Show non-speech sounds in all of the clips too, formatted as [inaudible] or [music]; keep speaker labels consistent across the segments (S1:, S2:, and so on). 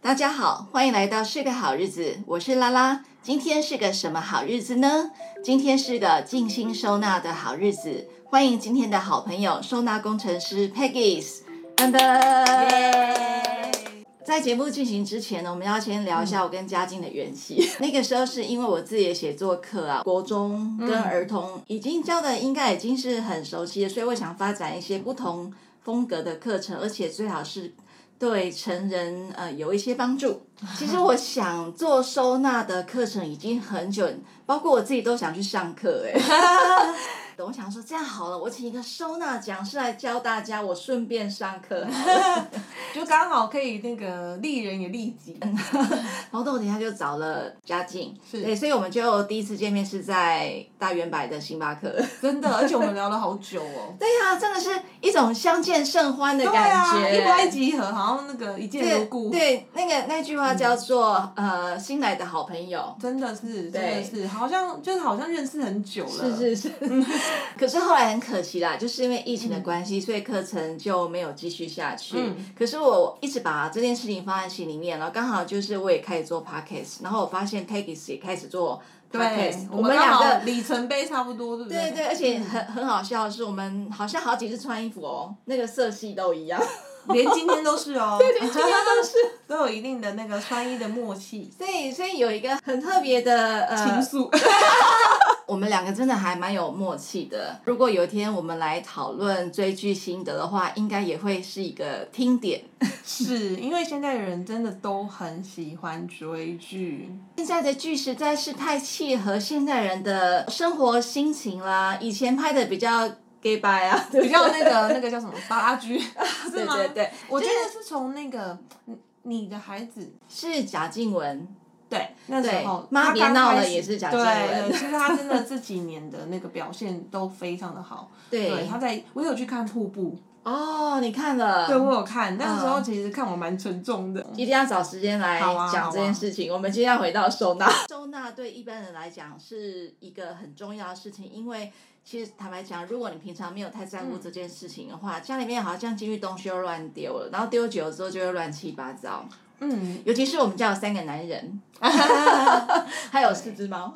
S1: 大家好，欢迎来到是个好日子，我是拉拉。今天是个什么好日子呢？今天是个静心收纳的好日子，欢迎今天的好朋友收纳工程师 Peggy。噔噔。在节目进行之前呢，我们要先聊一下我跟嘉靖的缘起。 [laughs] 那个时候是因为我自己的写作课啊，国中跟儿童已经教的应该已经是很熟悉的，所以我想发展一些不同风格的课程，而且最好是对成人呃有一些帮助。其实我想做收纳的课程已经很久，包括我自己都想去上课哎、我想说这样好了，我请一个收纳讲师来教大家，我顺便上课 [laughs] 好了。
S2: [laughs] 就刚好可以那个利人也利己。
S1: 然后哦豆等一下就找了嘉靖，对，所以我们就第一次见面是在大圆柏的星巴克。
S2: [laughs]
S1: [laughs]
S2: 真的，而且我们聊了好久 [laughs] 哦。
S1: 对呀、真的是一种相见甚欢的感觉，
S2: 啊一拍即合，好像那个一见如故。，
S1: 对，那个那句话叫做、呃，新来的好朋友。
S2: 真的是，真的是，好像就是好像认识很久了。
S1: 是是是，
S2: [laughs]
S1: 可是后来很可惜啦，就是因为疫
S2: 嗯
S1: 情的关系，所以课程就没有继续下去。可是我一直把这件事情放在心里面，然后刚好就是我也开始做 podcast，然后我发现 Peggy 也开始做 podcast，
S2: 对，我们
S1: 两
S2: 刚
S1: 个
S2: 好里程碑差不多，对不对？
S1: 对对，而
S2: 嗯
S1: 且很很好笑的是，我们好像好几次穿衣服哦，那个色系都一样。
S2: [laughs]
S1: [laughs]
S2: 连今天都是哦。 [laughs] 对，连今天都是都有一定的那个穿衣的默契。
S1: 所以所以有一个很特别的呃，
S2: 素，
S1: 我们两个真的还蛮有默契的。如果有一天我们来讨论追剧心得的话，应该也会是一个听点。
S2: [laughs] 是因为现在的人真的都很喜欢追剧，
S1: 现在的剧实在是太契合现在人的生活心情啦，以前拍的比较 gay bye 啊，对不对
S2: 比较那个那个叫什么八拉 [laughs] 剧，是
S1: 对
S2: 吗？
S1: 对对，
S2: 我觉得是从那个你你的孩子
S1: 是贾静雯。
S2: 对，那时候
S1: 妈
S2: 他
S1: 别
S2: 刚
S1: 闹
S2: 开
S1: 了
S2: 始
S1: 也是贾
S2: 对
S1: 静雯
S2: 对，其实他真的这几年的那个表现都非常的好。
S1: [laughs] 对
S2: 对，他在我有去看瀑布，
S1: 哦，你看了？
S2: 对我有看，那个时
S1: 嗯
S2: 候其实看我蛮沉重的。
S1: 一定要找时间来
S2: 好啊
S1: 讲
S2: 好啊
S1: 这件事情。我们今天要回到收纳， [laughs] 收纳对一般人来讲是一个很重要的事情，因为其实坦白讲，如果你平常没有太在乎这件事情的话，家里面好像进去东西又乱丢了，然后丢久了之后就会乱七八糟。
S2: 嗯，
S1: 尤其是我们家有三个男人， [laughs] 还有四只猫。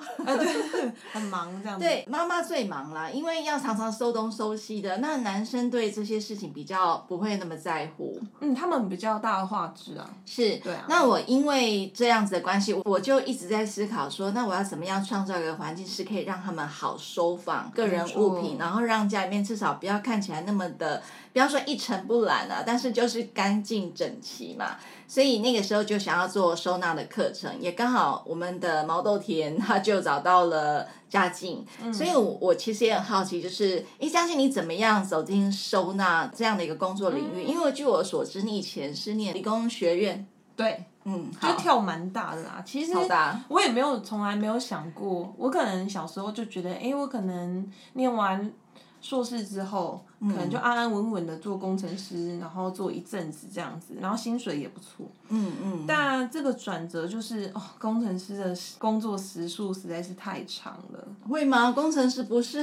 S2: 很忙这样子。
S1: 对，妈妈最忙啦，因为要常常收东收西的。那男生对这些事情比较不会那么在乎。
S2: 嗯，他们比较大的画质啊，
S1: 是，
S2: 对啊
S1: 那我因为这样子的关系，我就一直在思考说，那我要怎么样创造一个环境，是可以让他们好收放个人物品，
S2: 没错
S1: 然后让家里面至少不要看起来那么的，不要说一尘不染啊，但是就是干净整齐嘛。所以那个时候就想要做收纳的课程，也刚好我们的毛豆田 [laughs] 他就找到了嘉靖，
S2: 嗯
S1: 所以我我其实也很好奇，就是诶，嘉靖你怎么样走进收纳这样的一个工作领
S2: 嗯
S1: 域？因为据我所知，你以前是念理工学院，
S2: 对，
S1: 嗯，
S2: 就
S1: 好，
S2: 跳蛮大的啦。其实
S1: 好大，
S2: 我也没有从来没有想过，我可能小时候就觉得，哎、我可能念完硕士之后，可
S1: 嗯
S2: 能就安安稳稳的做工程师，然后做一阵子这样子，然后薪水也不错。
S1: 嗯嗯，
S2: 但这个转折就是，哦，工程师的工作时数实在是太长了。
S1: 会吗？工程师不是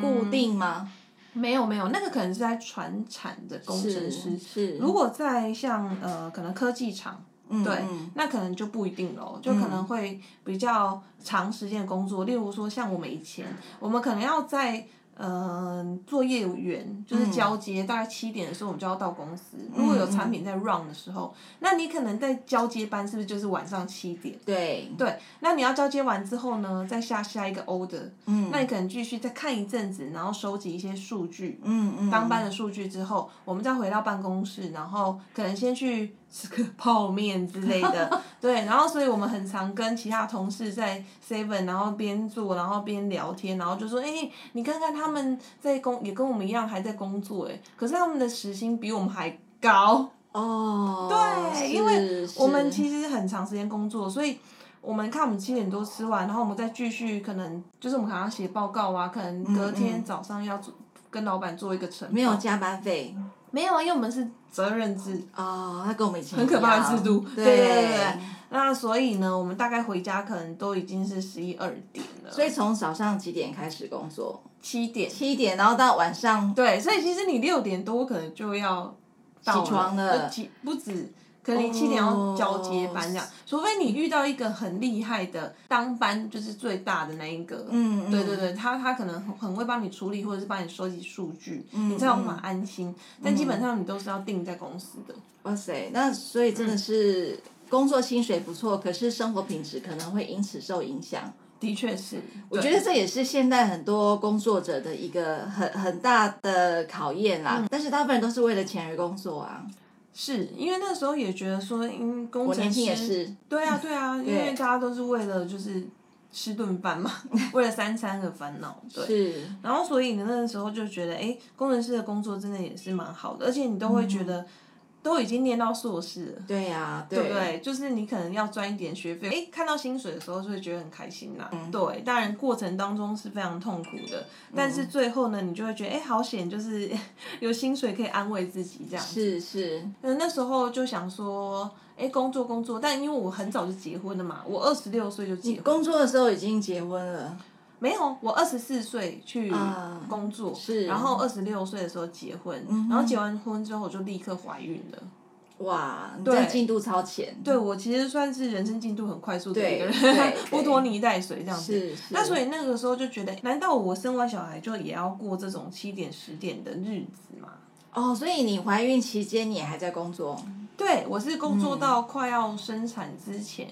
S1: 很固定吗？
S2: 没有没有，那个可能是在传产的工程
S1: 是
S2: 师。
S1: 是，
S2: 如果在像呃，可能科技厂，
S1: 嗯
S2: 对，
S1: 嗯
S2: 那可能就不一定喽，就可能会比较长时间的工作，例如说像我们以前，我们可能要在呃做业务员，
S1: 嗯
S2: 就是交接，大概七点的时候我们就要到公司。如果有产品在 run 的时候，那你可能在交接班是不是就是晚上七点？
S1: 对，
S2: 对，那你要交接完之后呢，再下下一个 order，、
S1: 嗯
S2: 那你可能继续再看一阵子，然后收集一些数据，
S1: 嗯嗯，
S2: 当班的数据之后，我们再回到办公室，然后可能先去吃个 [laughs] 泡面之类
S1: [laughs]
S2: 的，对，然后所以我们很常跟其他同事在 seven，然后边做，然后边聊天，然后就说，哎、你看看他们在工，也跟我们一样还在工作、哎，可是他们的时薪比我们还高，
S1: 哦，
S2: 对，因为
S1: 是
S2: 我们
S1: 是
S2: 其实很长时间工作，所以我们看我们七点多吃完，然后我们再继续，可能就是我们可能要写报告啊，可能隔天早上要做。跟老板做一个呈报
S1: 嗯没有加班费
S2: 没有，因为我们是责任制，
S1: 哦，那跟我们以前
S2: 很可怕的制度。
S1: 对
S2: 对对对对。那所以呢，我们大概回家可能都已经是十一二点了，
S1: 所以从早上几点开始工作？
S2: 七点。
S1: 七点，然后到晚上
S2: 对，所以其实你六点多可能就要到呃
S1: 起床了
S2: 不起不止。可能你七点要交接班这样
S1: 哦，
S2: 除非你遇到一个很厉害的当班就是最大的那一个，
S1: 嗯，
S2: 对对对，他他可能很很会帮你处理，或者是帮你收集数据，你才有办法安心。但基本上你都是要定在公司的，
S1: 哇塞，那所以真的是工作薪水不错，可是生活品质可能会因此受影响。
S2: 的确是。
S1: 我觉得这也是现在很多工作者的一个很很大的考验啦。
S2: 嗯
S1: 但是大部分人都是为了钱而工作啊。
S2: 是因为那时候也觉得说，因工
S1: 我年
S2: 程
S1: 轻也
S2: 师，
S1: 是，
S2: 对啊
S1: [laughs]
S2: 对啊，因为大家都是为了就是吃顿饭嘛， [laughs] 为了三餐而烦恼，对。
S1: 是，
S2: 然后所以呢，那时候就觉得，哎，工程师的工作真的也是蛮好的，而且你都会
S1: 嗯
S2: 觉得，都已经念到硕士了。
S1: 对呀、对
S2: 对不对？就是你可能要赚一点学费，哎，看到薪水的时候就会觉得很开心啦。
S1: 嗯
S2: 对，当然过程当中是非常痛苦的，但
S1: 嗯
S2: 是最后呢，你就会觉得，哎，好险，就是 [laughs] 有薪水可以安慰自己这样。
S1: 是是，
S2: 嗯，那时候就想说，哎，工作工作，但因为我很早就结婚了嘛，我二十六岁就结
S1: 你
S2: 婚，
S1: 工作的时候已经结婚了，
S2: 没有，我二十四岁去
S1: 啊
S2: 工作，
S1: 是嗯
S2: 然后二十六岁的时候结婚，然后结完婚之后我就立刻怀孕了。
S1: 哇，你这进度超前，
S2: 对我其实算是人生进度很快速的一个
S1: 对对
S2: 人，
S1: 对
S2: [laughs] 不拖泥带水这样子。
S1: 是是。
S2: 那所以那个时候就觉得，难道我生完小孩就也要过这种七点十点的日子吗？
S1: 哦，所以你怀孕期间你还在工作，
S2: 对，我是工作到快要生产之前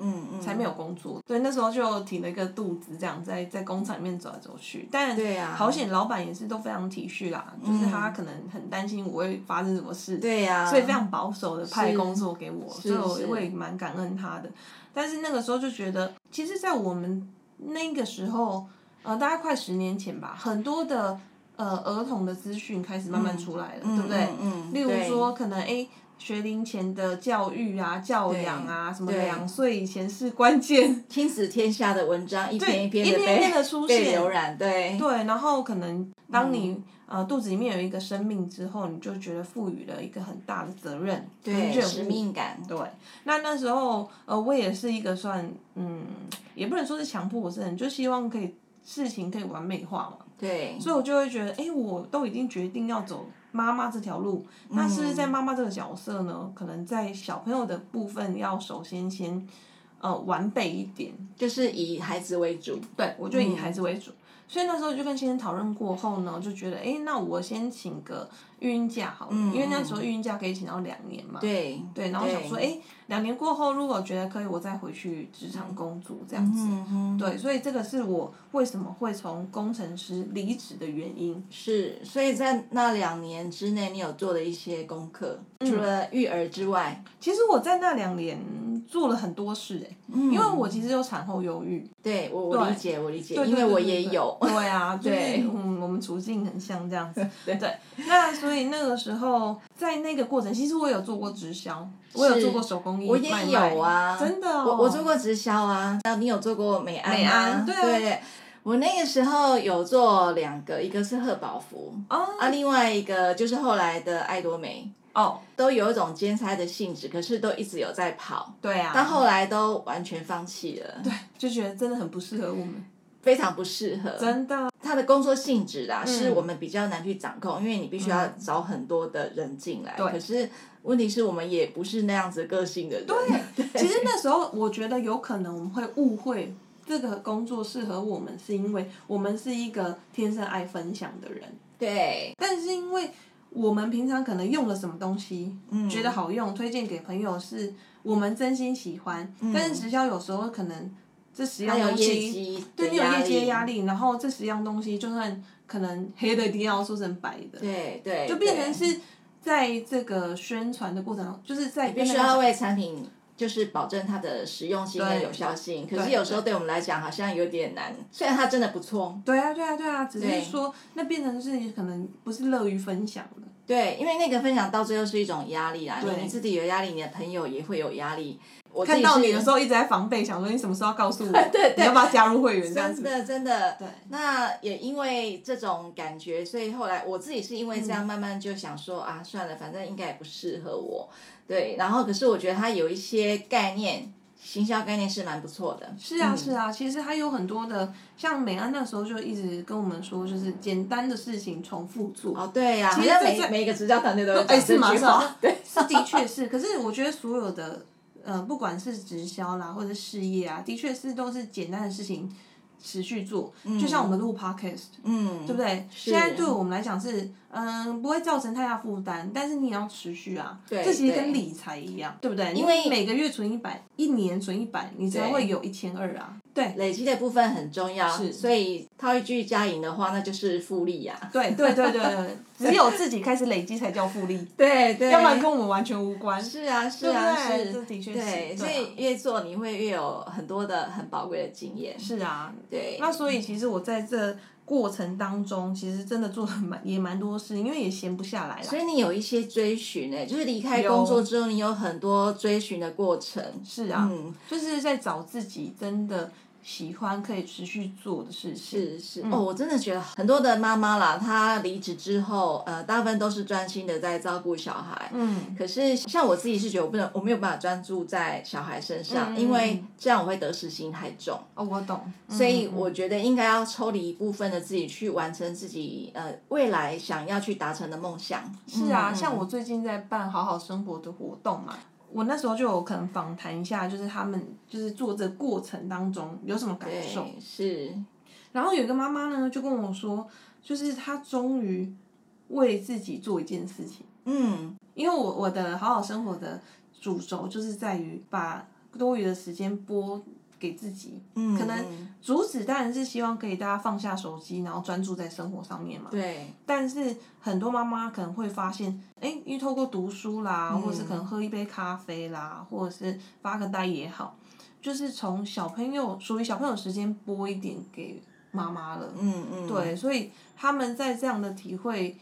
S1: 嗯嗯，
S2: 才没有工作，对，那时候就挺了一个肚子，这样在在工厂里面走来走去。但
S1: 对啊嗯
S2: 好险老板也是都非常体恤啦，就是他可能很担心我会发生什么事，
S1: 对呀、
S2: 所以非常保守的派
S1: 是
S2: 工作给我，
S1: 是
S2: 所以我
S1: 是
S2: 我也蛮感恩他的。但是那个时候就觉得，其实，在我们那个时候，呃，大概快十年前吧，很多的呃儿童的资讯开始慢慢出来了，
S1: 嗯
S2: 对不对？
S1: 嗯嗯
S2: 例如
S1: 对
S2: 说，可能诶学龄前的教育啊、教养啊，什么
S1: 对
S2: 两岁以前是
S1: [laughs]
S2: 关键，
S1: 亲子天下的文章一篇篇
S2: 一
S1: 的被
S2: 篇一篇的出
S1: 被嗯
S2: 现
S1: 浏览，对，
S2: 对，然后可能当你、呃肚子里面有一个生命之后，你就觉得赋予了一个很大的责任跟
S1: 对，
S2: 任务
S1: 使命感，
S2: 对，那那时候呃，我也是一个算嗯，也不能说是强迫症，就希望可以事情可以完美化嘛，
S1: 对，
S2: 所以我就会觉得，哎，我都已经决定要走妈妈这条路，那是不
S1: 嗯
S2: 是在妈妈这个角色呢？可能在小朋友的部分要首先先呃完备一点，
S1: 就是以孩子为主，
S2: 对，我
S1: 嗯
S2: 就以孩子为主。所以那时候就跟先生讨论过后呢，就觉得，哎，那我先请个育婴假好了，因为那时候育婴假可以请到两年嘛。
S1: 嗯对
S2: 对，然后想说，哎、，两年过后，如果觉得可以，我再回去职场工作这样子。
S1: 嗯哼，
S2: 对，所以这个是我为什么会从工程师离职的原因。
S1: 是，所以在那两年之内，你有做的一些功课，
S2: 嗯
S1: 除了育儿之外，
S2: 其实我在那两年做了很多事、哎、
S1: 嗯
S2: 因为我其实有产后忧郁，
S1: 对我我
S2: 对
S1: 理解我理解，
S2: 对
S1: 因为
S2: 对对
S1: 我
S2: 对
S1: 也
S2: 对
S1: 有，
S2: 对
S1: [laughs]
S2: 啊，就是
S1: 对
S2: 嗯，我们处境很像这样子
S1: [laughs] 。对
S2: 那所以那个时候在那个过程，其实我有做过直销，我有做过手工艺，
S1: 我也
S2: 卖卖
S1: 有啊，
S2: 真的、哦，
S1: 我我做过直销啊，那你有做过美安吗？
S2: 美安
S1: 对
S2: 对啊
S1: 我那个时候有做两个，一个是贺宝福，
S2: 哦
S1: 啊，另外一个就是后来的爱多美，
S2: 哦，
S1: 都有一种兼差的性质，可是都一直有在跑，
S2: 对啊，
S1: 到后来都完全放弃了，
S2: 对，就觉得真的很不适合我
S1: 嗯
S2: 们，
S1: 非常不适合。
S2: 真嗯的。
S1: 他的工作性质啦，是我们比较难去掌控，因为你必须要
S2: 嗯
S1: 找很多的人进来。可是问题是我们也不是那样子个性的人。 [laughs] [laughs] 对，
S2: 其实那时候我觉得有可能我们会误会这个工作适合我们，是因为我们是一个天生爱分享的人，
S1: 对，
S2: 但是因为我们平常可能用了什么东西，
S1: 嗯
S2: 觉得好用，推荐给朋友是我们真心喜欢，但是直销有时候可能这十
S1: 嗯还
S2: 样
S1: 有
S2: 东
S1: 业
S2: 西。
S1: 绩，
S2: 哦对你有业绩的压，力，然后这十样东西就算可能黑的一定要说成白的，
S1: 对对，
S2: 就变成是在这这个宣传的过程中，就是在
S1: 必
S2: 跟
S1: 须
S2: 大家
S1: 要为产品就是保证它的实用性跟
S2: 对
S1: 有效性。可是
S2: 对
S1: 有时候对我们来讲好像有点难，虽然它真的不错，
S2: 对啊，对啊，对啊，只
S1: 对
S2: 是说那变成是可能不是乐于分享的，
S1: 对，因为那个分享到最后是一种压力啦，
S2: 对
S1: 你自己有压力，你的朋友也会有压力。我自己
S2: 看到
S1: 是
S2: 你的时候一直在防备，想说你什么时候要告诉我，
S1: 对对
S2: 你要不要加入会员这样
S1: 真
S2: 子？
S1: 的真的，
S2: 对
S1: 那也因为这种感觉，所以后来我自己是因为这
S2: 嗯
S1: 样，慢慢就想说、啊，算了，反正应该也不适合我，对。然后可是我觉得它有一些概念行销概念是蛮不错的。
S2: 是啊，是啊，其实它有很多的，像美安那时候就一直跟我们说，就是简单的事情重复做。
S1: 哦，对呀、好
S2: 其实
S1: 像
S2: 这
S1: 每
S2: 在
S1: 每一个执教团队都有
S2: 哎
S1: 讲
S2: 是
S1: 这
S2: 吗
S1: 句
S2: 是吗
S1: 话， [laughs] 对，
S2: 是的确是，可是我觉得所有的呃，不管是直销啦，或者事业啊，的确是都是简单的事情持续做。就像我们录 podcast，
S1: 嗯，对
S2: 对不？对？现在对我们来讲是，嗯，不会造成太大负担，但是你也要持续啊。对这其实
S1: 对
S2: 跟理财一样，对不对？
S1: 因为
S2: 你每个月存一百，一年存一百，你才会有一千二啊。对，
S1: 累积的部分很重要，
S2: 是
S1: 所以套一句佳颖的话，那就是复利呀、啊。
S2: 对，对，对，对，对， [laughs] 只有自己开始累积才叫复利，
S1: [laughs] 对对，
S2: 要不然跟我们完全无关。
S1: 是啊是啊
S2: 对
S1: 是，
S2: 这的确是
S1: 对，
S2: 对啊
S1: 所以越做你会越有很多的很宝贵的经验。
S2: 是啊，
S1: 对，嗯
S2: 那所以其实我在这过程当中，其实真的做了蛮也蛮多事，因为也闲不下来啦
S1: 所。以你有一些追寻诶、就是离开
S2: 有
S1: 工作之后，你有很多追寻的过程。
S2: 是啊，
S1: 嗯，
S2: 就是在找自己真的喜欢可以持续做的事情。
S1: 是
S2: 嗯
S1: 是、哦，我真的觉得很多的妈妈啦，她离职之后，呃，大部分都是专心的在照顾小孩。
S2: 嗯，
S1: 可是像我自己是觉得我不能，我没有办法专注在小孩身上，
S2: 嗯
S1: 因为这样我会得失心太重。
S2: 哦，我懂。嗯
S1: 所以我觉得应该要抽离一部分的自己去完成自己呃未来想要去达成的梦想。
S2: 是啊，
S1: 嗯
S2: 像我最近在办好好生活的活动嘛，我那时候就有可能访谈一下，就是他们就是做这过程当中有什么感
S1: 对
S2: 受。
S1: 是
S2: 然后有一个妈妈呢，就跟我说，就是她终于为自己做一件事情，
S1: 嗯
S2: 因为我我的好好生活的主轴就是在于把多余的时间拨给自己，
S1: 嗯，
S2: 可能主旨当然是希望可以大家放下手机，然后专注在生活上面嘛。
S1: 对
S2: 但是很多妈妈可能会发现，哎，因为透过读书啦，或者是可
S1: 嗯
S2: 能喝一杯咖啡啦，或者是发个呆也好，就是从小朋友属于小朋友时间拨一点给妈妈了。
S1: 嗯嗯
S2: 对，所以他们在这样的体会，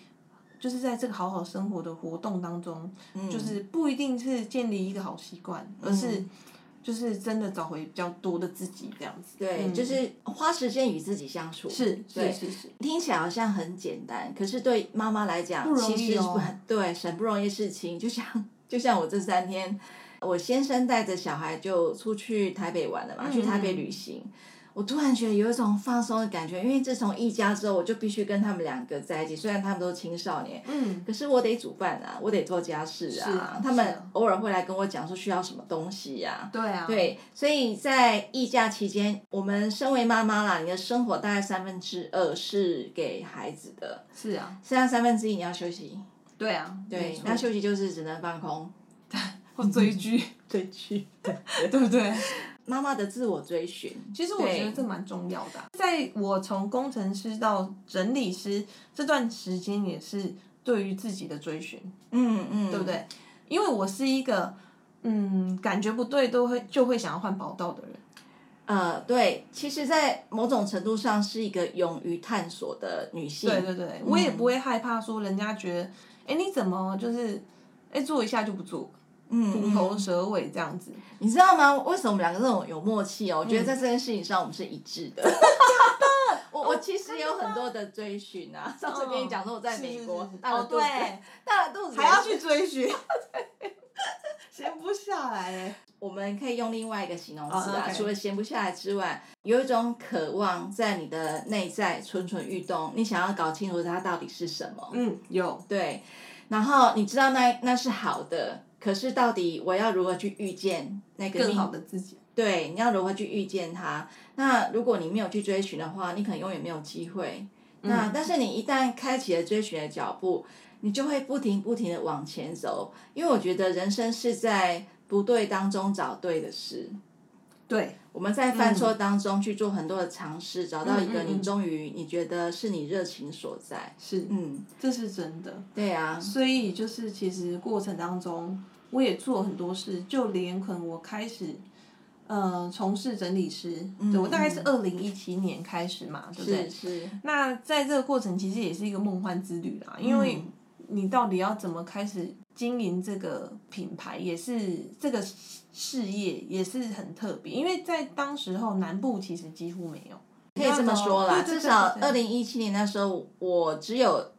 S2: 就是在这个好好生活的活动当中，
S1: 嗯
S2: 就是不一定是建立一个好习惯，而是
S1: 嗯
S2: 就是真的找回比较多的自己这样子。
S1: 对，
S2: 嗯
S1: 就是花时间与自己相处。
S2: 是
S1: 对
S2: 是是是，
S1: 听起来好像很简单，可是对妈妈来讲，
S2: 不容易
S1: 其实
S2: 哦
S1: 不很对，很不容易的事情。就像 [laughs] 就像我这三天，我先生带着小孩就出去台北玩了嘛，去
S2: 嗯
S1: 台北旅行。我突然觉得有一种放松的感觉，因为自从一家之后，我就必须跟他们两个在一起。虽然他们都是青少年，
S2: 嗯，
S1: 可是我得煮饭啊，我得做家事啊。
S2: 是啊
S1: 他们
S2: 是啊
S1: 偶尔会来跟我讲说需要什么东西呀、
S2: 对啊，
S1: 对，所以在疫假期间，我们身为妈妈啦，你的生活大概三分之二是给孩子的，
S2: 是啊，
S1: 剩下三分之一你要休息。
S2: 对啊，没
S1: 对，
S2: 错
S1: 那休息就是只能放
S2: [laughs]
S1: 空、
S2: 或追剧，
S1: 追剧。
S2: 对不对？
S1: [laughs] 妈妈的自我追寻，
S2: 其实我觉
S1: 对
S2: 得这蛮重要的啊、在我从工程师到整理师这段时间，也是对于自己的追寻。
S1: 嗯嗯，
S2: 对不？对？因为我是一个，嗯，感觉不对都会就会想要换跑道的人。
S1: 呃，对，其实，在某种程度上是一个勇于探索的女性。
S2: 对对对，我也不会害怕说人家觉得，哎，你怎么就是，哎，做一下就不做，
S1: 嗯，
S2: 虎
S1: 嗯
S2: 头蛇尾这样子。
S1: 你知道吗？为什么我们两个这种有默契哦？我
S2: 嗯
S1: 觉得在这件事情上我们是一致的。 [laughs] 我我其实有很多的追寻啊，
S2: 哦
S1: 上次跟你讲说我在美国
S2: 是是是
S1: 大了
S2: 哦，
S1: 肚子，
S2: 对，
S1: 大了肚子
S2: 还要去追寻， [laughs] 闲不下来哎。
S1: 我们可以用另外一个形容词
S2: 哦
S1: 啊，
S2: ，OK
S1: 除了闲不下来之外，有一种渴望在你的内在蠢蠢欲动，你想要搞清楚它到底是什么。
S2: 嗯，有，
S1: 对，然后你知道那那是好的，可是到底我要如何去遇见那个
S2: 更
S1: 命
S2: 好的自己。
S1: 对，你要如何去遇见他？那如果你没有去追寻的话，你可能永远没有机会。
S2: 嗯
S1: 那、但是你一旦开启了追寻的脚步，你就会不停不停的往前走。因为我觉得人生是在不对当中找对的事，
S2: 对，嗯
S1: 我们在犯错当中去做很多的尝试，找到一个
S2: 嗯嗯
S1: 你
S2: 嗯
S1: 终于你觉得是你热情所在。
S2: 是，
S1: 嗯，
S2: 这是真的。
S1: 对啊，
S2: 所以就是其实过程当中，我也做很多事，就连可能我开始，呃，从事整理师，对我大概是二零一七年开始嘛，对不对
S1: 嗯是？是，
S2: 那在这个过程其实也是一个梦幻之旅啦，因为
S1: 嗯
S2: 你到底要怎么开始经营这个品牌，也是这个事业也是很特别，因为在当时候南部其实几乎没有，
S1: 可以这么说啦，
S2: 哦对对对
S1: 至少
S2: 对
S1: 二
S2: 对
S1: 零一七年那时候，我只有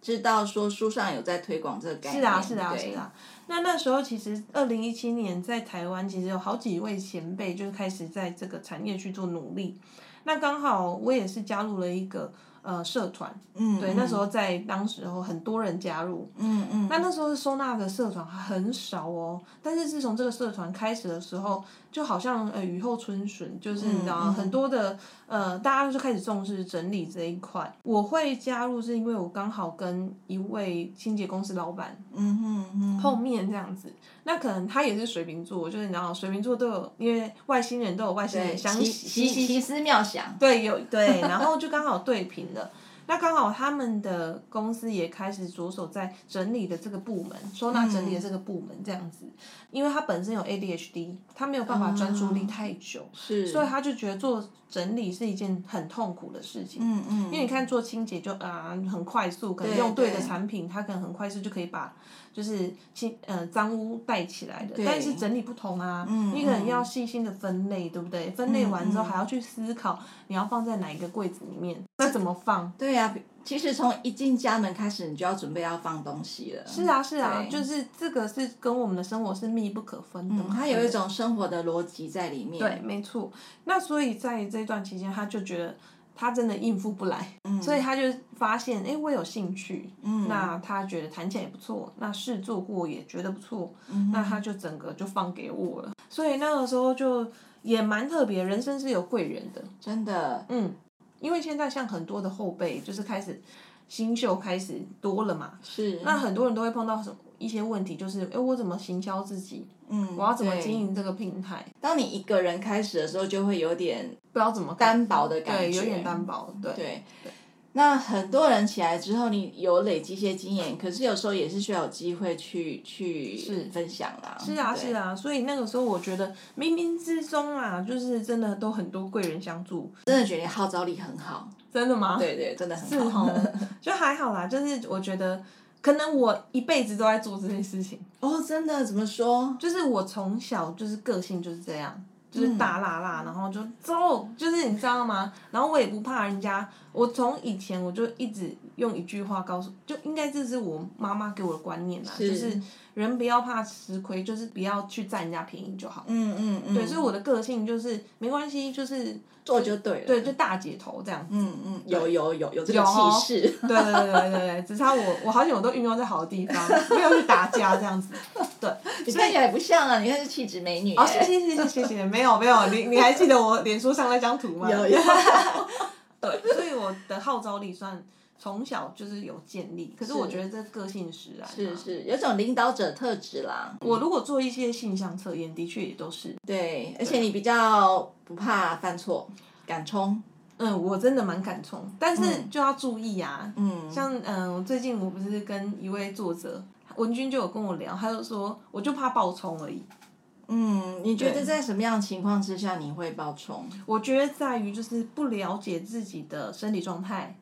S1: 知道说书上有在推广这个概念。
S2: 是啊，是啊，
S1: 对
S2: 是。啊。那那时候其实二零一七年在台湾，其实有好几位前辈就开始在这个产业去做努力。那刚好我也是加入了一个呃社团，
S1: 嗯，
S2: 对，那时候在当时候很多人加入，
S1: 嗯，嗯
S2: 那
S1: 嗯，
S2: 那时候收纳的社团很少哦，但是自从这个社团开始的时候，就好像呃雨后春笋，就是你知道、
S1: 嗯嗯
S2: 很多的呃大家就开始重视整理这一块。我会加入是因为我刚好跟一位清洁公司老板
S1: 嗯哼嗯
S2: 碰
S1: 哼，
S2: 面这样子，那可能他也是水瓶座，就是你知道水瓶座都有，因为外星人都有外星
S1: 对，
S2: 人相
S1: 奇奇奇思妙想，
S2: 对，有对，然后就刚好对平了。那刚好他们的公司也开始着手在整理的这个部门，收纳整理的这个部门这样子，因为他本身有 ADHD，他没有办法专注力太久，
S1: 是，
S2: 所以他就觉得做整理是一件很痛苦的事情。
S1: 嗯嗯，因
S2: 因为你看做清洁就啊、很快速，可能
S1: 对
S2: 用对的
S1: 对
S2: 产品，它可能很快速就可以把就是清呃脏污带起来的。但是整理不同啊，
S1: 嗯
S2: 你可能要细心的分类，对不对？分类完之后
S1: 嗯嗯
S2: 还要去思考你要放在哪一个柜子里面，那怎么放？
S1: 对呀、其实从一进家门开始，你就要准备要放东西了。
S2: 是啊，是啊，
S1: 对
S2: 就是这个是跟我们的生活是密不可分的
S1: 嗯，
S2: 嘛。
S1: 它有一种生活的逻辑在里面。
S2: 对，，没错。那所以在这段期间，他就觉得他真的应付不来，所以他就发现，哎、我有兴趣，
S1: 嗯
S2: 那他觉得弹起来也不错，那试做过也觉得不错，那他就整个就放给我了。所以那个时候就也蛮特别，人生是有贵人的，
S1: 真的，
S2: 嗯，因为现在像很多的后辈就是开始新秀开始多了嘛，
S1: 是
S2: 那很多人都会碰到什么一些问题，就是哎、诶我怎么行销自己，
S1: 嗯，
S2: 我要怎么
S1: 对
S2: 经？营这个平台，
S1: 当你一个人开始的时候，就会有点
S2: 不知道怎么干。
S1: 单薄的感觉，
S2: 对，有点单薄，对，
S1: 对。那很多人起来之后，你有累积一些经验，可是有时候也是需要有机会去去
S2: 是
S1: 分享啦。
S2: 是啊，
S1: 对
S2: 是，啊，所以那个时候我觉得冥冥之中啊，就是真的都很多贵人相助，
S1: 真的觉得你号召力很好，
S2: 真的吗？，
S1: 对对，真的
S2: 是
S1: 很好。
S2: 哦， [laughs] 就还好啦，就是我觉得可能我一辈子都在做这些事情，
S1: 哦，真的怎么说？
S2: 就是我从小就是个性就是这样。
S1: 嗯
S2: 就是大辣辣，然后就走，就是你知道吗？然后我也不怕人家，我从以前我就一直用一句话告诉，就应该这是我妈妈给我的观念啦，
S1: 是
S2: 就是人不要怕吃亏，就是不要去占人家便宜就好。
S1: 嗯嗯嗯，
S2: 对，所以我的个性就是没关系，就是
S1: 做就对了。
S2: 对，就大姐头这样。
S1: 嗯嗯，有有有有这个
S2: 有哦
S1: 气势， [laughs]
S2: 对对对对对对，只差我我好像我都运用在好的地方，没有去打架这样子。对，
S1: 你
S2: 所
S1: 看
S2: 以
S1: 起来不像啊，你看是气质美女欸耶。
S2: 哦，谢谢谢谢谢谢，没有没有，你你还记得我脸书上那张图吗？
S1: 有有
S2: 对，所以我的号召力算从小就是有建立，可是
S1: 是
S2: 我觉得这个性使然、啊。
S1: 是。是，有种领导者特质啦。
S2: [laughs] 我如果做一些性向测验，的确也都是，
S1: 对，而且你比较不怕犯错，敢冲。
S2: 嗯，我真的蛮敢冲，但是
S1: 嗯
S2: 就要注意啊，
S1: 嗯，
S2: 像嗯，我最近我不是跟一位作者文君就有跟我聊，他就说我就怕爆冲而已。
S1: 嗯，你觉得
S2: 对
S1: 在什么样的情况之下你会爆冲？
S2: 我觉得在于就是不了解自己的生理状态、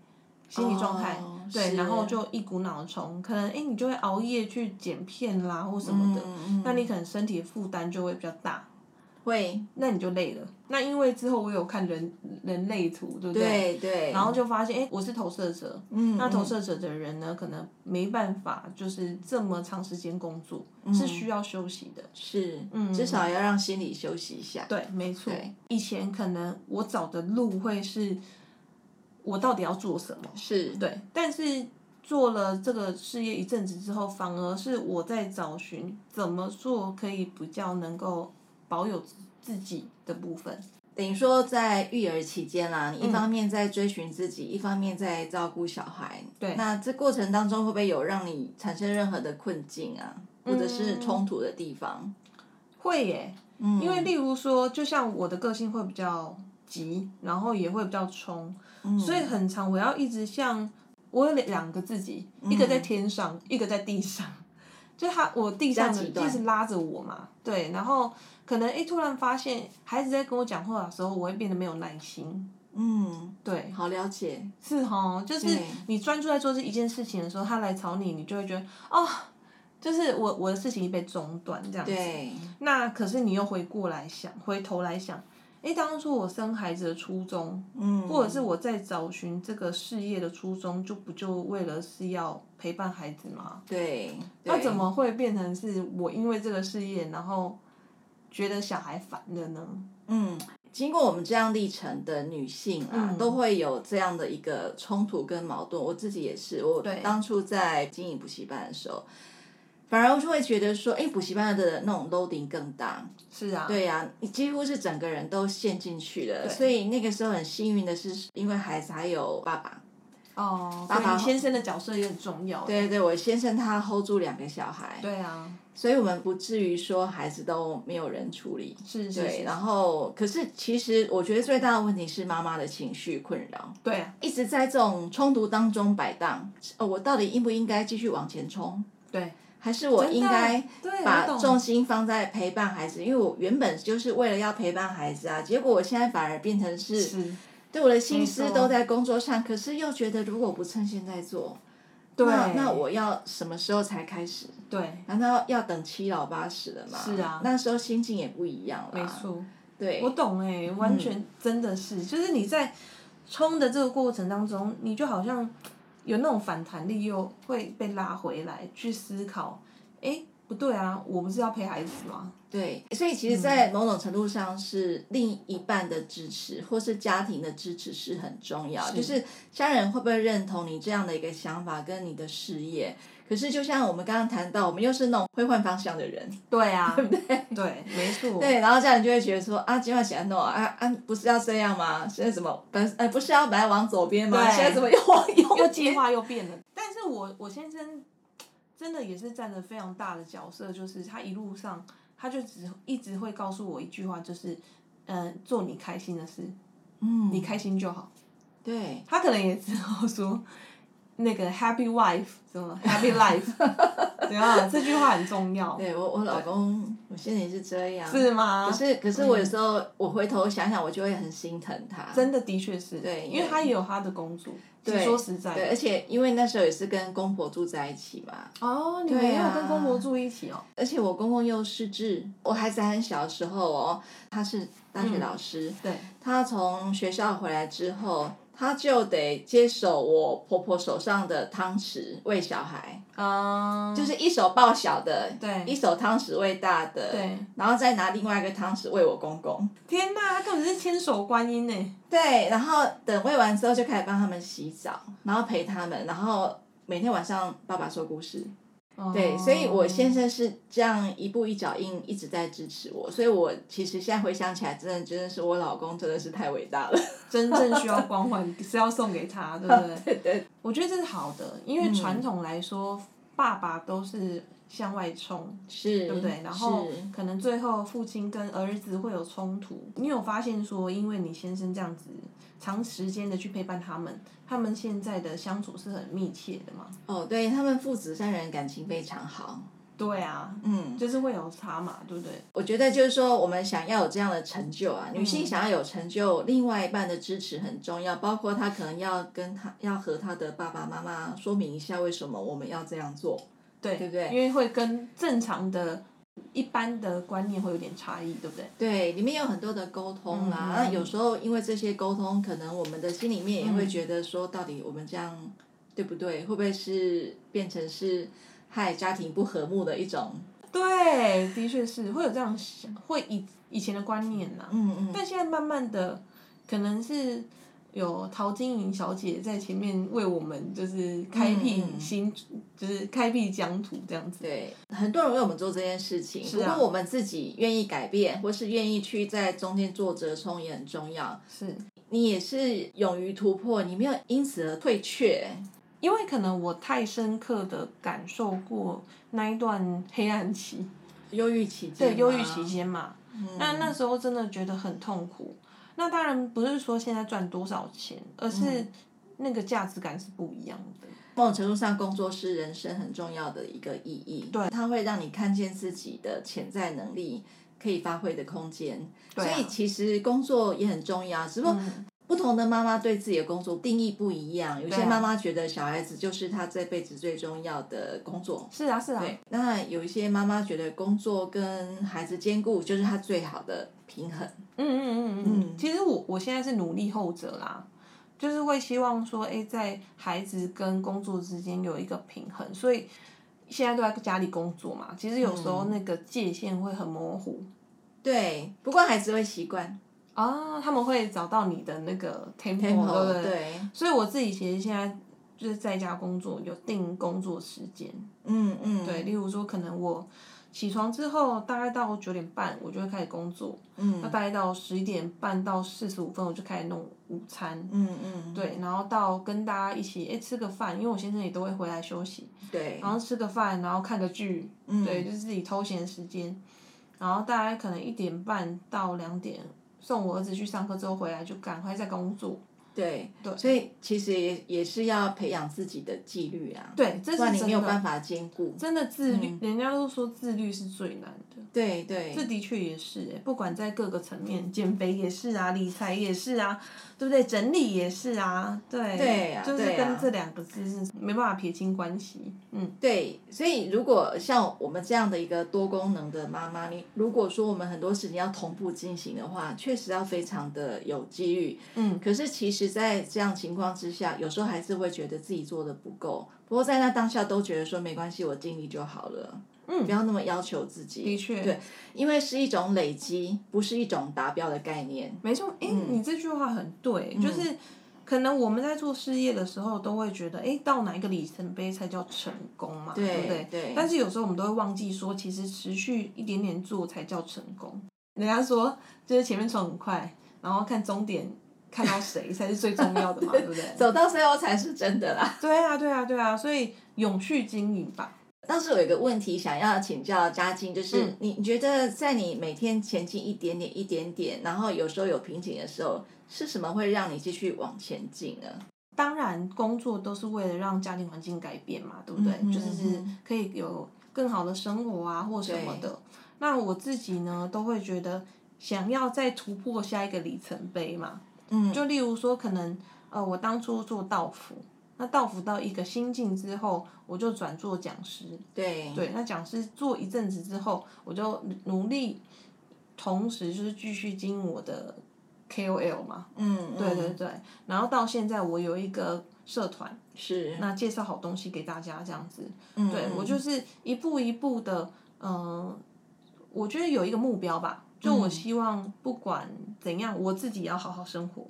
S2: 心理状态，
S1: 哦
S2: 对，
S1: 是
S2: 然后就一股脑冲，可能哎、诶你就会熬夜去剪片啦或什么的，
S1: 嗯
S2: 那你可能身体负担就会比较大。
S1: 会，
S2: 那你就累了。那因为之后我有看人人类图，对不对？
S1: 对对。
S2: 然后就发现，哎、我是投射者，
S1: 嗯，
S2: 那
S1: 嗯
S2: 投射者的人呢，可能没办法就是这么长时间工作，
S1: 嗯
S2: 是需要休息的。
S1: 是，
S2: 嗯
S1: 至少要让心理休息一下。
S2: 对，没错
S1: 对。
S2: 以前可能我找的路会是，我到底要做什么？
S1: 是，
S2: 对，但是做了这个事业一阵子之后，反而是我在找寻怎么做可以比较能够保有自自己的部分。
S1: 等于说在育儿期间啦，
S2: 嗯
S1: 你一方面在追寻自己，一方面在照顾小孩。
S2: 对
S1: 那这过程当中会不会有让你产生任何的困境啊，或者是
S2: 嗯
S1: 冲突的地方？
S2: 会耶，
S1: 嗯，
S2: 因为例如说，就像我的个性会比较急，然后也会比较冲，
S1: 嗯
S2: 所以很长我要一直像我有两个自己，一个在天上，一个在地上。就他，我地
S1: 嗯
S2: 上的
S1: 比较极端
S2: 一直拉着我嘛，对，然后可能诶、突然发现孩子在跟我讲话的时候，我会变得没有耐心，
S1: 嗯，
S2: 对，
S1: 好了解，
S2: 是哦，就是
S1: 对
S2: 你专注在做这一件事情的时候，他来吵你，你就会觉得哦，就是我我的事情被中断这样子，
S1: 对，
S2: 那可是你又回过来想，回头来想，诶，当初我生孩子的初衷，
S1: 嗯，
S2: 或者是我在找寻这个事业的初衷，就不就为了是要陪伴孩子吗？
S1: 对，
S2: 那
S1: 对
S2: 怎么会变成是我因为这个事业，然后觉得小孩烦了呢？
S1: 嗯，经过我们这样历程的女性啊，
S2: 嗯
S1: 都会有这样的一个冲突跟矛盾。我自己也是，我
S2: 对
S1: 当初在经营补习班的时候，反而就会觉得说，哎，补习班的那种 loading 更大。
S2: 是啊，
S1: 对呀、你几乎是整个人都陷进去了。
S2: 对
S1: 所以那个时候很幸运的是，因为孩子还有爸爸。
S2: 哦，
S1: 爸
S2: 所
S1: 爸
S2: 以先生的角色也很重要。
S1: 对对，我先生他 hold 住两个小孩，
S2: 对啊，
S1: 所以我们不至于说孩子都没有人处理。
S2: 是是
S1: 对，
S2: 是，
S1: 然后可是其实我觉得最大的问题是妈妈的情绪困扰。
S2: 对啊
S1: 一直在这种冲突当中摆荡。呃，我到底应不应该继续往前冲？
S2: 对，
S1: 还是我应该
S2: 真的对
S1: 把
S2: 我懂
S1: 重心放在陪伴孩子？因为我原本就是为了要陪伴孩子啊，结果我现在反而变成是
S2: 是，
S1: 对我的心思
S2: 没错
S1: 都在工作上，可是又觉得如果不趁现在做，
S2: 对，
S1: 那那我要什么时候才开始？
S2: 对，
S1: 难道要等七老八十了吗？
S2: 是啊
S1: 那时候心境也不一样了。
S2: 没错。
S1: 对，
S2: 我懂哎、完全真的是，就是你在冲的这个过程当中，你就好像有那种反弹力，又会被拉回来去思考，哎、不对啊，我不是要陪孩子吗？
S1: 对，所以其实，在某种程度上是另一半的支持，或是家庭的支持是很重要。
S2: 嗯是
S1: 就是家人会不会认同你这样的一个想法跟你的事业？可是，就像我们刚刚谈到，我们又是那种会换方向的人，
S2: 对啊，对不对？对，没错。
S1: 对，然后家人就会觉得说啊，今晚喜欢弄啊啊，不是要这样吗？现在怎么本呃不是要本来往左边吗？
S2: 对
S1: 现在怎么又往
S2: 又
S1: 右
S2: 计
S1: 边？
S2: 划又变了。但是我我先生真的也是占着非常大的角色，就是他一路上他就只一直会告诉我一句话，就是嗯、呃做你开心的事，
S1: 嗯，
S2: 你开心就好。
S1: 对，
S2: 他可能也知道说那个 happy wife 什么
S1: [laughs]
S2: happy life，对啊，这句话很重要，
S1: 对我我老公，我现在也是这样。
S2: 哦是吗
S1: 可？是可是我有时候、我回头想想，我就会很心疼他。
S2: 真的的确是，
S1: 对
S2: 因为他也有他的工作。其实说实在
S1: 对，
S2: 的，
S1: 而且因为那时候也是跟公婆住在一起嘛，
S2: 哦，你
S1: 对
S2: 没有
S1: 啊
S2: 跟公婆住一起哦，
S1: 而且我公公又失智，我孩子还很小的时候哦，他是大学
S2: 嗯
S1: 老师，
S2: 对，
S1: 他从学校回来之后，他就得接手我婆婆手上的汤匙喂小孩，
S2: 嗯，
S1: 就是一手抱小的，
S2: 对
S1: 一手汤匙喂大的，
S2: 对，
S1: 然后再拿另外一个汤匙喂我公公。
S2: 天哪，他根本是千手观音欸呢。
S1: 对，然后等喂完之后就开始帮他们洗澡，然后陪他们，然后每天晚上爸爸说故事。
S2: 哦
S1: 对，所以我先生是这样一步一脚印一直在支持我，所以我其实现在回想起来，真的真的是我老公真的是太伟 [laughs] 大了。
S2: 真正需要光环是要送
S1: [laughs]
S2: 给他，对不对？
S1: 对对
S2: 我觉得这是好的，
S1: 嗯
S2: 因为传统来说，爸爸都是向外冲，
S1: 是，
S2: 对不对？然后
S1: 是
S2: 可能最后父亲跟儿子会有冲突。你有发现说，因为你先生这样子长时间的去陪伴他们，他们现在的相处是很密切的嘛？
S1: 哦，对他们父子三人感情非常好。
S2: 对啊，
S1: 嗯，
S2: 就是会有差嘛，对不对？
S1: 我觉得就是说，我们想要有这样的成就啊，女
S2: 嗯
S1: 性想要有成就，另外一半的支持很重要，包括她可能要跟她要和她的爸爸妈妈说明一下为什么我们要这样做。
S2: 对，
S1: 对不对
S2: 因为会跟正常的、一般的观念会有点差异，对不对？
S1: 对，里面有很多的沟通啦。
S2: 嗯
S1: 那、有时候因为这些沟通，可能我们的心里面也
S2: 嗯
S1: 会觉得说，到底我们这样对不对？会不会是变成是害家庭不和睦的一种？
S2: 对，的确是会有这样想，会以以前的观念呐、啊
S1: 嗯嗯，
S2: 但现在慢慢的，可能是有陶晶莹小姐在前面为我们就是开
S1: 嗯
S2: 辟
S1: 嗯
S2: 新，就是开辟疆土这样子。
S1: 对，很多人为我们做这件事情，
S2: 是啊
S1: 不过我们自己愿意改变，或是愿意去在中间做折冲也很重要。
S2: 是
S1: 你也是勇于突破，你没有因此而退却。
S2: 因为可能我太深刻的感受过那一段黑暗期，
S1: 忧郁期间吗，
S2: [laughs] 对，忧郁期间嘛，
S1: 嗯，
S2: 那那时候真的觉得很痛苦。那当然不是说现在赚多少钱，而是那个价值感是不一样的。
S1: 某种程度上，工作是人生很重要的一个意义。
S2: 对
S1: 它会让你看见自己的潜在能力可以发挥的空间。
S2: 对啊
S1: 所以其实工作也很重要，只不过
S2: 嗯
S1: 不同的妈妈对自己的工作定义不一样，有
S2: 对
S1: 些
S2: 啊
S1: 妈妈觉得小孩子就是她这辈子最重要的工作。
S2: 是啊，是啊，
S1: 对，那有一些妈妈觉得工作跟孩子兼顾就是她最好的平衡。
S2: 嗯嗯嗯嗯
S1: 嗯
S2: 嗯，其实我我现在是努力后者啦，就是会希望说，哎、在孩子跟工作之间有一个平衡，所以现在都在家里工作嘛，其实有时候那个界限会很模糊。
S1: 对，不过孩子会习惯
S2: 啊，他们会找到你的那个 tempo，对不哦
S1: tempo，
S2: 对？
S1: 对，
S2: 所以我自己其实现在就是在家工作，有定工作时间。
S1: 嗯嗯，
S2: 对，例如说，可能我起床之后，大概到九点半，我就会开始工作。
S1: 嗯
S2: 那大概到十一点半到四十五分，我就开始弄午餐。
S1: 嗯嗯，
S2: 对，然后到跟大家一起哎吃个饭，因为我先生也都会回来休息，
S1: 对，
S2: 然后吃个饭，然后看个剧，
S1: 嗯
S2: 哦对，就是自己偷闲时间。然后大概可能一点半到两点送我儿子去上课之后回来，就赶快在工作。
S1: 对
S2: 对
S1: 所以其实也也是要培养自己的纪律啊，
S2: 对，这
S1: 不然
S2: 是
S1: 你
S2: 真
S1: 没有办
S2: 的，
S1: 法嗯兼顾。
S2: 真的自律，人家都说自律是最难的。
S1: 对对，
S2: 这的确也是、欸，不管在各个层面，减肥也是啊，理财也是啊，对不对？整理也是啊，对，
S1: 对啊
S2: 就是
S1: 对啊
S2: 跟这两个字是没办法撇清关系，嗯，
S1: 对，所以如果像我们这样的一个多功能的妈妈，你如果说我们很多事情要同步进行的话，确实要非常的有机遇。
S2: 嗯，
S1: 可是其实，在这样情况之下，有时候还是会觉得自己做的不够。不过在那当下都觉得说没关系，我尽力就好了。
S2: 嗯
S1: 不要那么要求自己。
S2: 的确
S1: 对，因为是一种累积，不是一种达标的概念。
S2: 没错，哎、你这句话很对，就是可能我们在做事业的时候，都会觉得，哎、到哪一个里程碑才叫成功嘛，
S1: 对
S2: 不对？
S1: 对
S2: 但是有时候我们都会忘记说，其实持续一点点做才叫成功。人家说，就是前面闯很快，然后看终点。看到谁才是最重要的嘛，对不对？
S1: 走到最后才是真的啦。
S2: 对啊，对啊，对啊，所以永续经营吧。
S1: 当时我有一个问题想要请教嘉靖，就是、
S2: 嗯
S1: 你你觉得在你每天前进一点点一点点，然后有时候有瓶颈的时候，是什么会让你继续往前进呢？
S2: 当然，工作都是为了让家庭环境改变嘛，对不对？
S1: 嗯嗯
S2: 就是
S1: 嗯
S2: 可以有更好的生活啊，或什么的。那我自己呢，都会觉得想要再突破下一个里程碑嘛。
S1: 嗯
S2: 就例如说，可能呃，我当初做道服，那道服到一个心境之后，我就转做讲师。
S1: 对
S2: 对，那讲师做一阵子之后，我就努力，同时就是继续经营我的 KOL 嘛。
S1: 嗯，
S2: 对
S1: 嗯
S2: 对对，然后到现在我有一个社团，
S1: 是，
S2: 那介绍好东西给大家这样子，
S1: 嗯
S2: 对
S1: 嗯
S2: 我就是一步一步的，嗯、我觉得有一个目标吧，就
S1: 嗯
S2: 我希望不管怎样，我自己也要好好生活，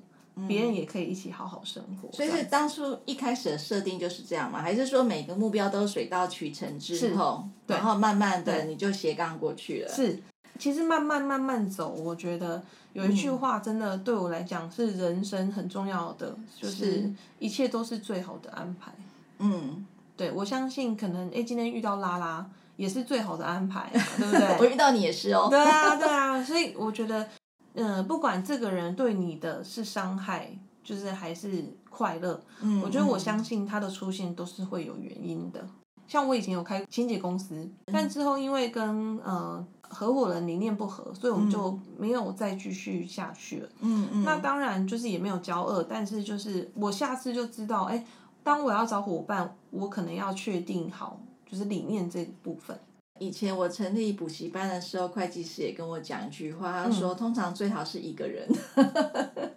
S2: 别人也可以一起好好生活，
S1: 嗯所以
S2: 这
S1: 是
S2: 样
S1: 当初一开始的设定就是这样吗？还是说每个目标都水到渠成之后，然后慢慢的你就斜杠过去了？
S2: 是。其实慢慢慢慢走，我觉得有一句
S1: 嗯
S2: 话真的对我来讲是人生很重要的，就是
S1: 是
S2: 一切都是最好的安排。
S1: 嗯，
S2: 对，我相信可能哎，诶今天遇到拉拉也是最好的安排嘛，
S1: [laughs]
S2: 对不
S1: 我
S2: 对？
S1: 遇到你也是哦。
S2: 对啊，对啊，所以我觉得，嗯、不管这个人对你的是伤害，就是还是快乐，
S1: 嗯，
S2: 我觉得我相信他的出现都是会有原因的。像我以前有开清洁公司，
S1: 嗯
S2: 但之后因为跟呃合伙人理念不合，所以我们就没有再继续下去了。
S1: 嗯嗯，
S2: 那当然就是也没有交恶，但是就是我下次就知道，哎、当我要找伙伴，我可能要确定好就是理念这部分。
S1: 以前我成立补习班的时候，会计师也跟我讲一句话，他
S2: 嗯
S1: 说、通常最好是一个人。 [laughs]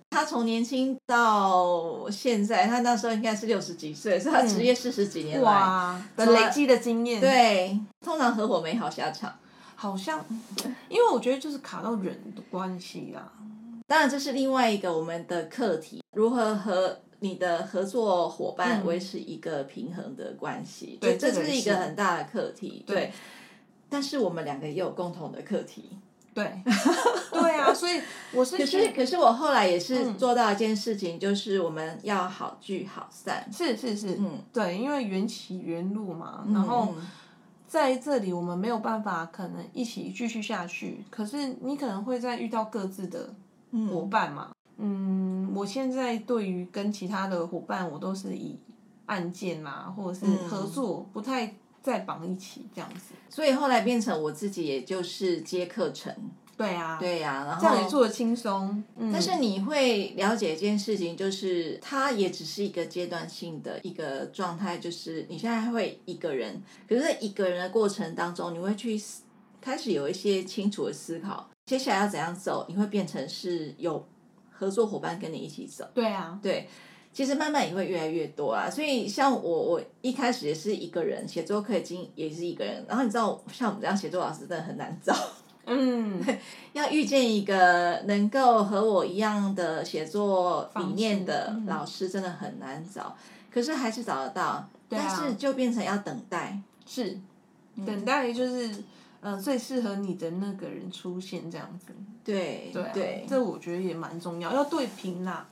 S1: 他从年轻到现在，他那时候应该是六十几岁，所以他职业四十几年来、
S2: 嗯哇，的
S1: 从来
S2: 累积的经验，，
S1: 对，通常合伙没好下场。
S2: 好像，因为我觉得就是卡到人的关系啦。
S1: 当然，这是另外一个我们的课题，如何和你的合作伙伴
S2: 嗯
S1: 维持一个平衡的关系。
S2: 对
S1: 这
S2: 这
S1: 这
S2: 个
S1: 是
S2: 也
S1: 一个
S2: 是
S1: 很大的课题。
S2: 对
S1: 对，但是我们两个也有共同的课题。 [laughs]
S2: 对，对啊，所以我是
S1: 可
S2: 觉
S1: 是，
S2: 得
S1: 可是我后来也是
S2: 嗯
S1: 做到一件事情，就是我们要好聚好散。
S2: 是是是，
S1: 嗯，
S2: 对，因为缘起缘路嘛，然后
S1: 嗯
S2: 在这里我们没有办法可能一起继续下去，可是你可能会再遇到各自的
S1: 嗯
S2: 伙伴嘛。嗯，我现在对于跟其他的伙伴，我都是以案件啊，或者是
S1: 嗯
S2: 合作，不太再绑一起这样子。
S1: 所以后来变成我自己，也就是接课程。
S2: 对啊，
S1: 对呀、然后
S2: 这样也做的轻松。嗯，
S1: 但是你会了解一件事情，就是它也只是一个阶段性的一个状态，就是你现在会一个人，可是，在一个人的过程当中，你会去思开始有一些清楚的思考，接下来要怎样走，你会变成是有合作伙伴跟你一起走。
S2: 对啊，
S1: 对，其实慢慢也会越来越多啦。所以像我，我一开始也是一个人写作课，已经也是一个人。然后你知道，像我们这样写作老师真的很难找， [laughs]
S2: 嗯，
S1: 要遇见一个能够和我一样的写作理念的
S2: 方式嗯
S1: 老师，真的很难找。可是还是找得到，
S2: 对
S1: 但
S2: 啊
S1: 是就变成要等待。
S2: 是，
S1: 嗯
S2: 等待就是呃最适合你的那个人出现这样子。
S1: 对
S2: 对啊这我觉得也蛮重要，要对平啦。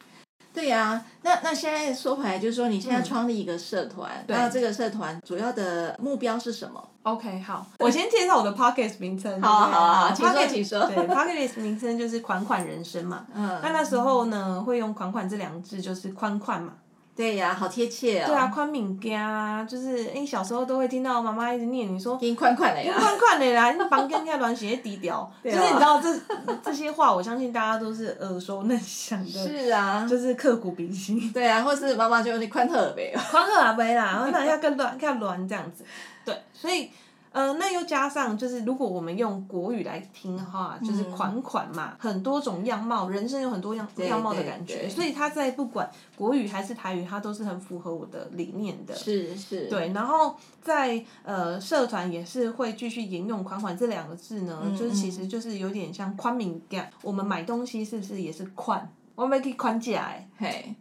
S1: 对呀、那那现在说回来，就是说你现在创立一个社团，
S2: 嗯对
S1: 那这个社团主要的目标是什么？
S2: OK，好，我先介绍我的 Pocket 名称。
S1: 好啊
S2: 对
S1: 好啊请说
S2: Podcast-
S1: 请说
S2: 对，Pocket 名称就是款款人生嘛。那
S1: 嗯，
S2: 那时候呢，会用款款这两个字，就是宽宽嘛。
S1: 对呀、好贴切哦。
S2: 对啊，宽敏家啊，就是你小时候都会听到妈妈一直念你说。
S1: 给你款款了
S2: 你
S1: 呀。
S2: 宽宽的啦，你房间遐乱写低调，就
S1: [laughs] 对
S2: 是
S1: 啊
S2: 你知道这这 [laughs] 些话，我相信大家都是耳熟能详的，
S1: 是啊，
S2: 就是刻骨铭心。
S1: 对啊，或是妈妈就用你宽特呗。
S2: 宽贺阿杯啦，然后那要更乱更乱这样
S1: [laughs]
S2: 子，对，所以呃，那又加上就是如果我们用国语来听的话，就是
S1: 嗯
S2: 款款嘛，很多种样貌，人生有很多样
S1: 对
S2: 样貌的感
S1: 对
S2: 觉，
S1: 对
S2: 所以他在不管国语还是台语，它都是很符合我的理念的。
S1: 是是，
S2: 对，然后在呃社团也是会继续沿用“款款”这两个字呢，
S1: 嗯
S2: 就是其
S1: 嗯
S2: 实就是有点像宽明感。我们买东西是不是也是宽？我们可以宽欸起来。
S1: 嘿。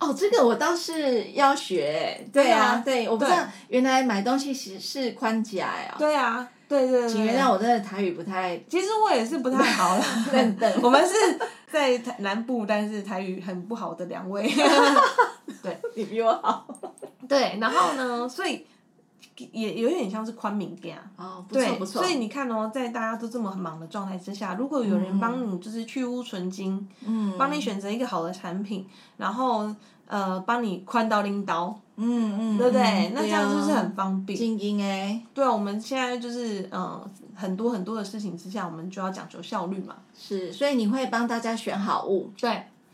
S1: 哦，这个我倒是要学欸，对啊，对，我不知道原来买东西是是宽夹呀。
S2: 对啊，对对对
S1: 请原谅我真的台语不太 [laughs]
S2: 其实我也是不太好了，
S1: 认得
S2: [laughs] 我们是在台南部，但是台语很不好的两位。
S1: 你比我好。
S2: [laughs] 对，然后呢，所以也有点像是宽敏感。
S1: 哦，不错
S2: 对，
S1: 不错
S2: 所以，你看哦，在大家都这么忙的状态之下，如果有人帮你就是去污存精，
S1: 嗯
S2: 帮你选择一个好的产品，然后呃帮你宽刀拎刀，
S1: 嗯嗯，
S2: 对不对？
S1: 嗯
S2: 那这样是不是
S1: 啊
S2: 很方便？
S1: 精英哎？
S2: 对啊，我们现在就是嗯、呃很多很多的事情之下，我们就要讲求效率嘛。
S1: 是，所以你会帮大家选好物，
S2: 对，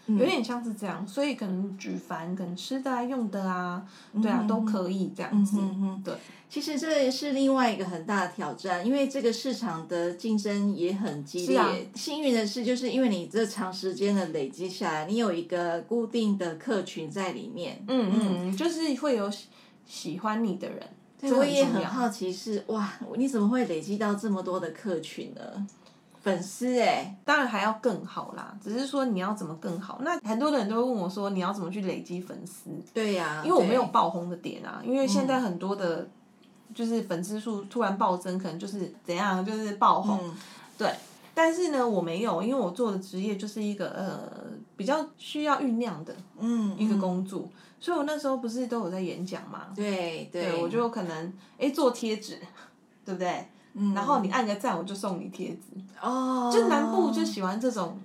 S1: 嗯
S2: 有点像是这样，所以可能举凡可能吃的啊、用的啊，对啊，
S1: 嗯
S2: 都可以这样
S1: 嗯
S2: 子。
S1: 嗯嗯，
S2: 对，
S1: 其实这也是另外一个很大的挑战，因为这个市场的竞争也很激烈。
S2: 是啊
S1: 幸运的是，就是因为你这长时间的累积下来，你有一个固定的客群在里面。
S2: 嗯嗯，就是会有喜喜欢你的人，
S1: 对，
S2: 这
S1: 我也
S2: 很重
S1: 很
S2: 要
S1: 好奇是哇，你怎么会累积到这么多的客群呢？粉丝哎、
S2: 当然还要更好啦。只是说你要怎么更好？那很多人都会问我说，你要怎么去累积粉丝？
S1: 对呀、
S2: 因为我没有
S1: 对
S2: 爆红的点啊，因为现在很多的。就是粉丝数突然暴增，可能就是怎样，就是爆红，
S1: 嗯
S2: 对。但是呢，我没有，因为我做的职业就是一个呃比较需要酝酿的，
S1: 嗯
S2: 一个
S1: 嗯
S2: 工作，所以我那时候不是都有在演讲嘛，
S1: 对对
S2: 我就可能哎做贴纸，对不对？
S1: 嗯
S2: 然后你按个赞，我就送你贴纸。
S1: 哦，
S2: 就南部就喜欢这种，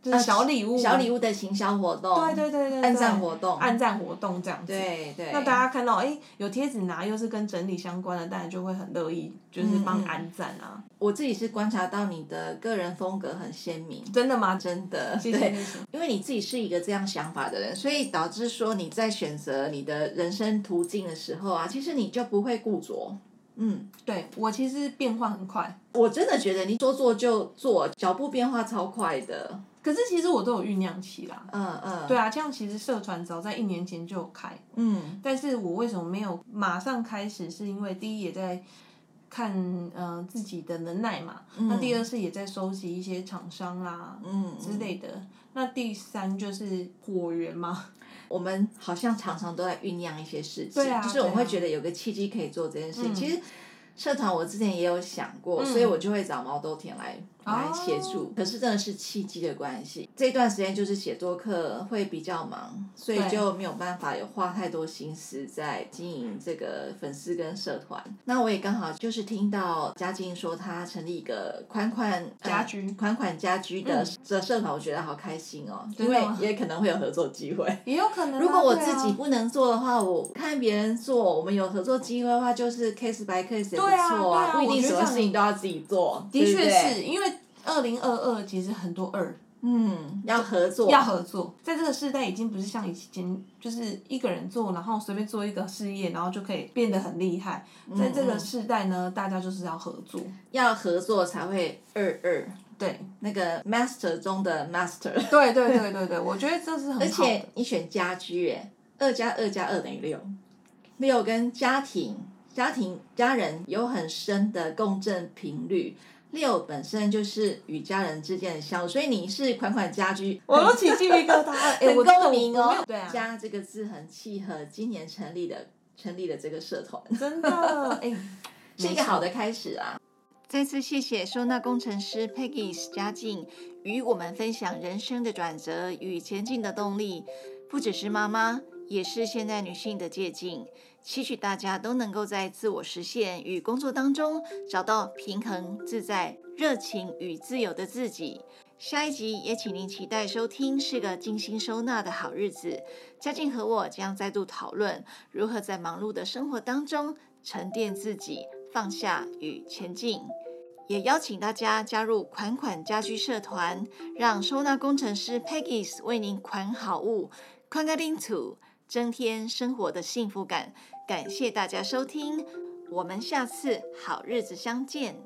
S2: 就是小礼物，
S1: 呃小礼
S2: 物，
S1: 物的行销活动，
S2: 对对对对，
S1: 按赞
S2: 对
S1: 活动
S2: 按赞活动这样子。
S1: 对对，
S2: 那大家看到哎、诶有贴纸拿，又是跟整理相关的，当然就会很乐意，就是帮
S1: 嗯
S2: 你
S1: 嗯
S2: 按赞啊。
S1: 我自己是观察到你的个人风格很鲜明，
S2: 真的吗？
S1: 真的，
S2: 谢谢
S1: 对
S2: 谢谢。
S1: 因为你自己是一个这样想法的人，所以导致说你在选择你的人生途径的时候啊，其实你就不会固着。嗯，
S2: 对我其实变化很快，
S1: 我真的觉得你说做就做，脚步变化超快的。
S2: 可是其实我都有酝酿期啦。
S1: 嗯嗯，
S2: 对啊，这样其实社团早在一年前就有开，
S1: 嗯
S2: 但是我为什么没有马上开始？是因为第一也在看呃自己的能耐嘛，那第二是也在收集一些厂商啦、
S1: 嗯
S2: 之类的，那第三就是火源嘛，
S1: 我们好像常常都在酝酿一些事情，
S2: 对啊
S1: 就是我们
S2: 对啊
S1: 会觉得有个契机可以做这件事情。
S2: 嗯
S1: 其实社团我之前也有想过，所以我就会找毛豆田来、来协
S2: 哦
S1: 助。可是真的是契机的关系，这段时间就是写作课会比较忙，所以
S2: 对
S1: 就没有办法有花太多心思在经营这个粉丝跟社团。那我也刚好就是听到嘉靖说他成立一个款款
S2: 家居
S1: 呃款款家居的
S2: 嗯
S1: 这社团，我觉得好开心哦，因
S2: 真的
S1: 为
S2: 吗
S1: 也可能会有合作机会。
S2: 也有可能啊、
S1: 如果我
S2: 对啊
S1: 自己不能做的话，我看别人做，我们有合作机会的话，就是 case by case 也不
S2: 对啊
S1: 错
S2: 对啊
S1: 不一定
S2: 我
S1: 什
S2: 觉得这
S1: 么
S2: 样
S1: 事情都要自己做。
S2: 的
S1: 对不
S2: 确
S1: 对
S2: 是因为。二零二二其实很多二
S1: 嗯，要合作，
S2: 要合作，在这个时代已经不是像以前就是一个人做，然后随便做一个事业，然后就可以变得很厉害。
S1: 嗯
S2: 在这个时代呢，大家就是要合作。
S1: 要合作才会二二 [laughs]
S2: 对，
S1: 那个 master 中的 master。
S2: 对对对对对，我觉得这是
S1: 而
S2: [laughs] 很好
S1: 且
S2: 的。
S1: 你选家居，哎，二加二加二等于六，六跟家庭、家庭、家人有很深的共振频率。六本身就是与家人之间的相处，所以你是款款家居，
S2: 我都起鸡皮疙瘩， [laughs] 哎、
S1: 很
S2: 我真的
S1: 共鸣
S2: 我
S1: 哦
S2: 没有。对啊，
S1: 家这个字很契合今年成立的成立的这个社团，
S2: 真的， [laughs] 哎、
S1: 是一个好的开始啊。再次谢谢收纳工程师 Peggy 史嘉静与我们分享人生的转折与前进的动力，不只是妈妈，也是现代女性的借鉴。期许大家都能够在自我实现与工作当中找到平衡、自在、热情与自由的自己。下一集也请您期待收听，是个精心收纳的好日子。嘉靖和我将再度讨论如何在忙碌的生活当中沉淀自己、放下与前进。也邀请大家加入款款家居社团，让收纳工程师 Peggy 为您款好物，宽个拎土，增添生活的幸福感。感谢大家收听，我们下次好日子相见。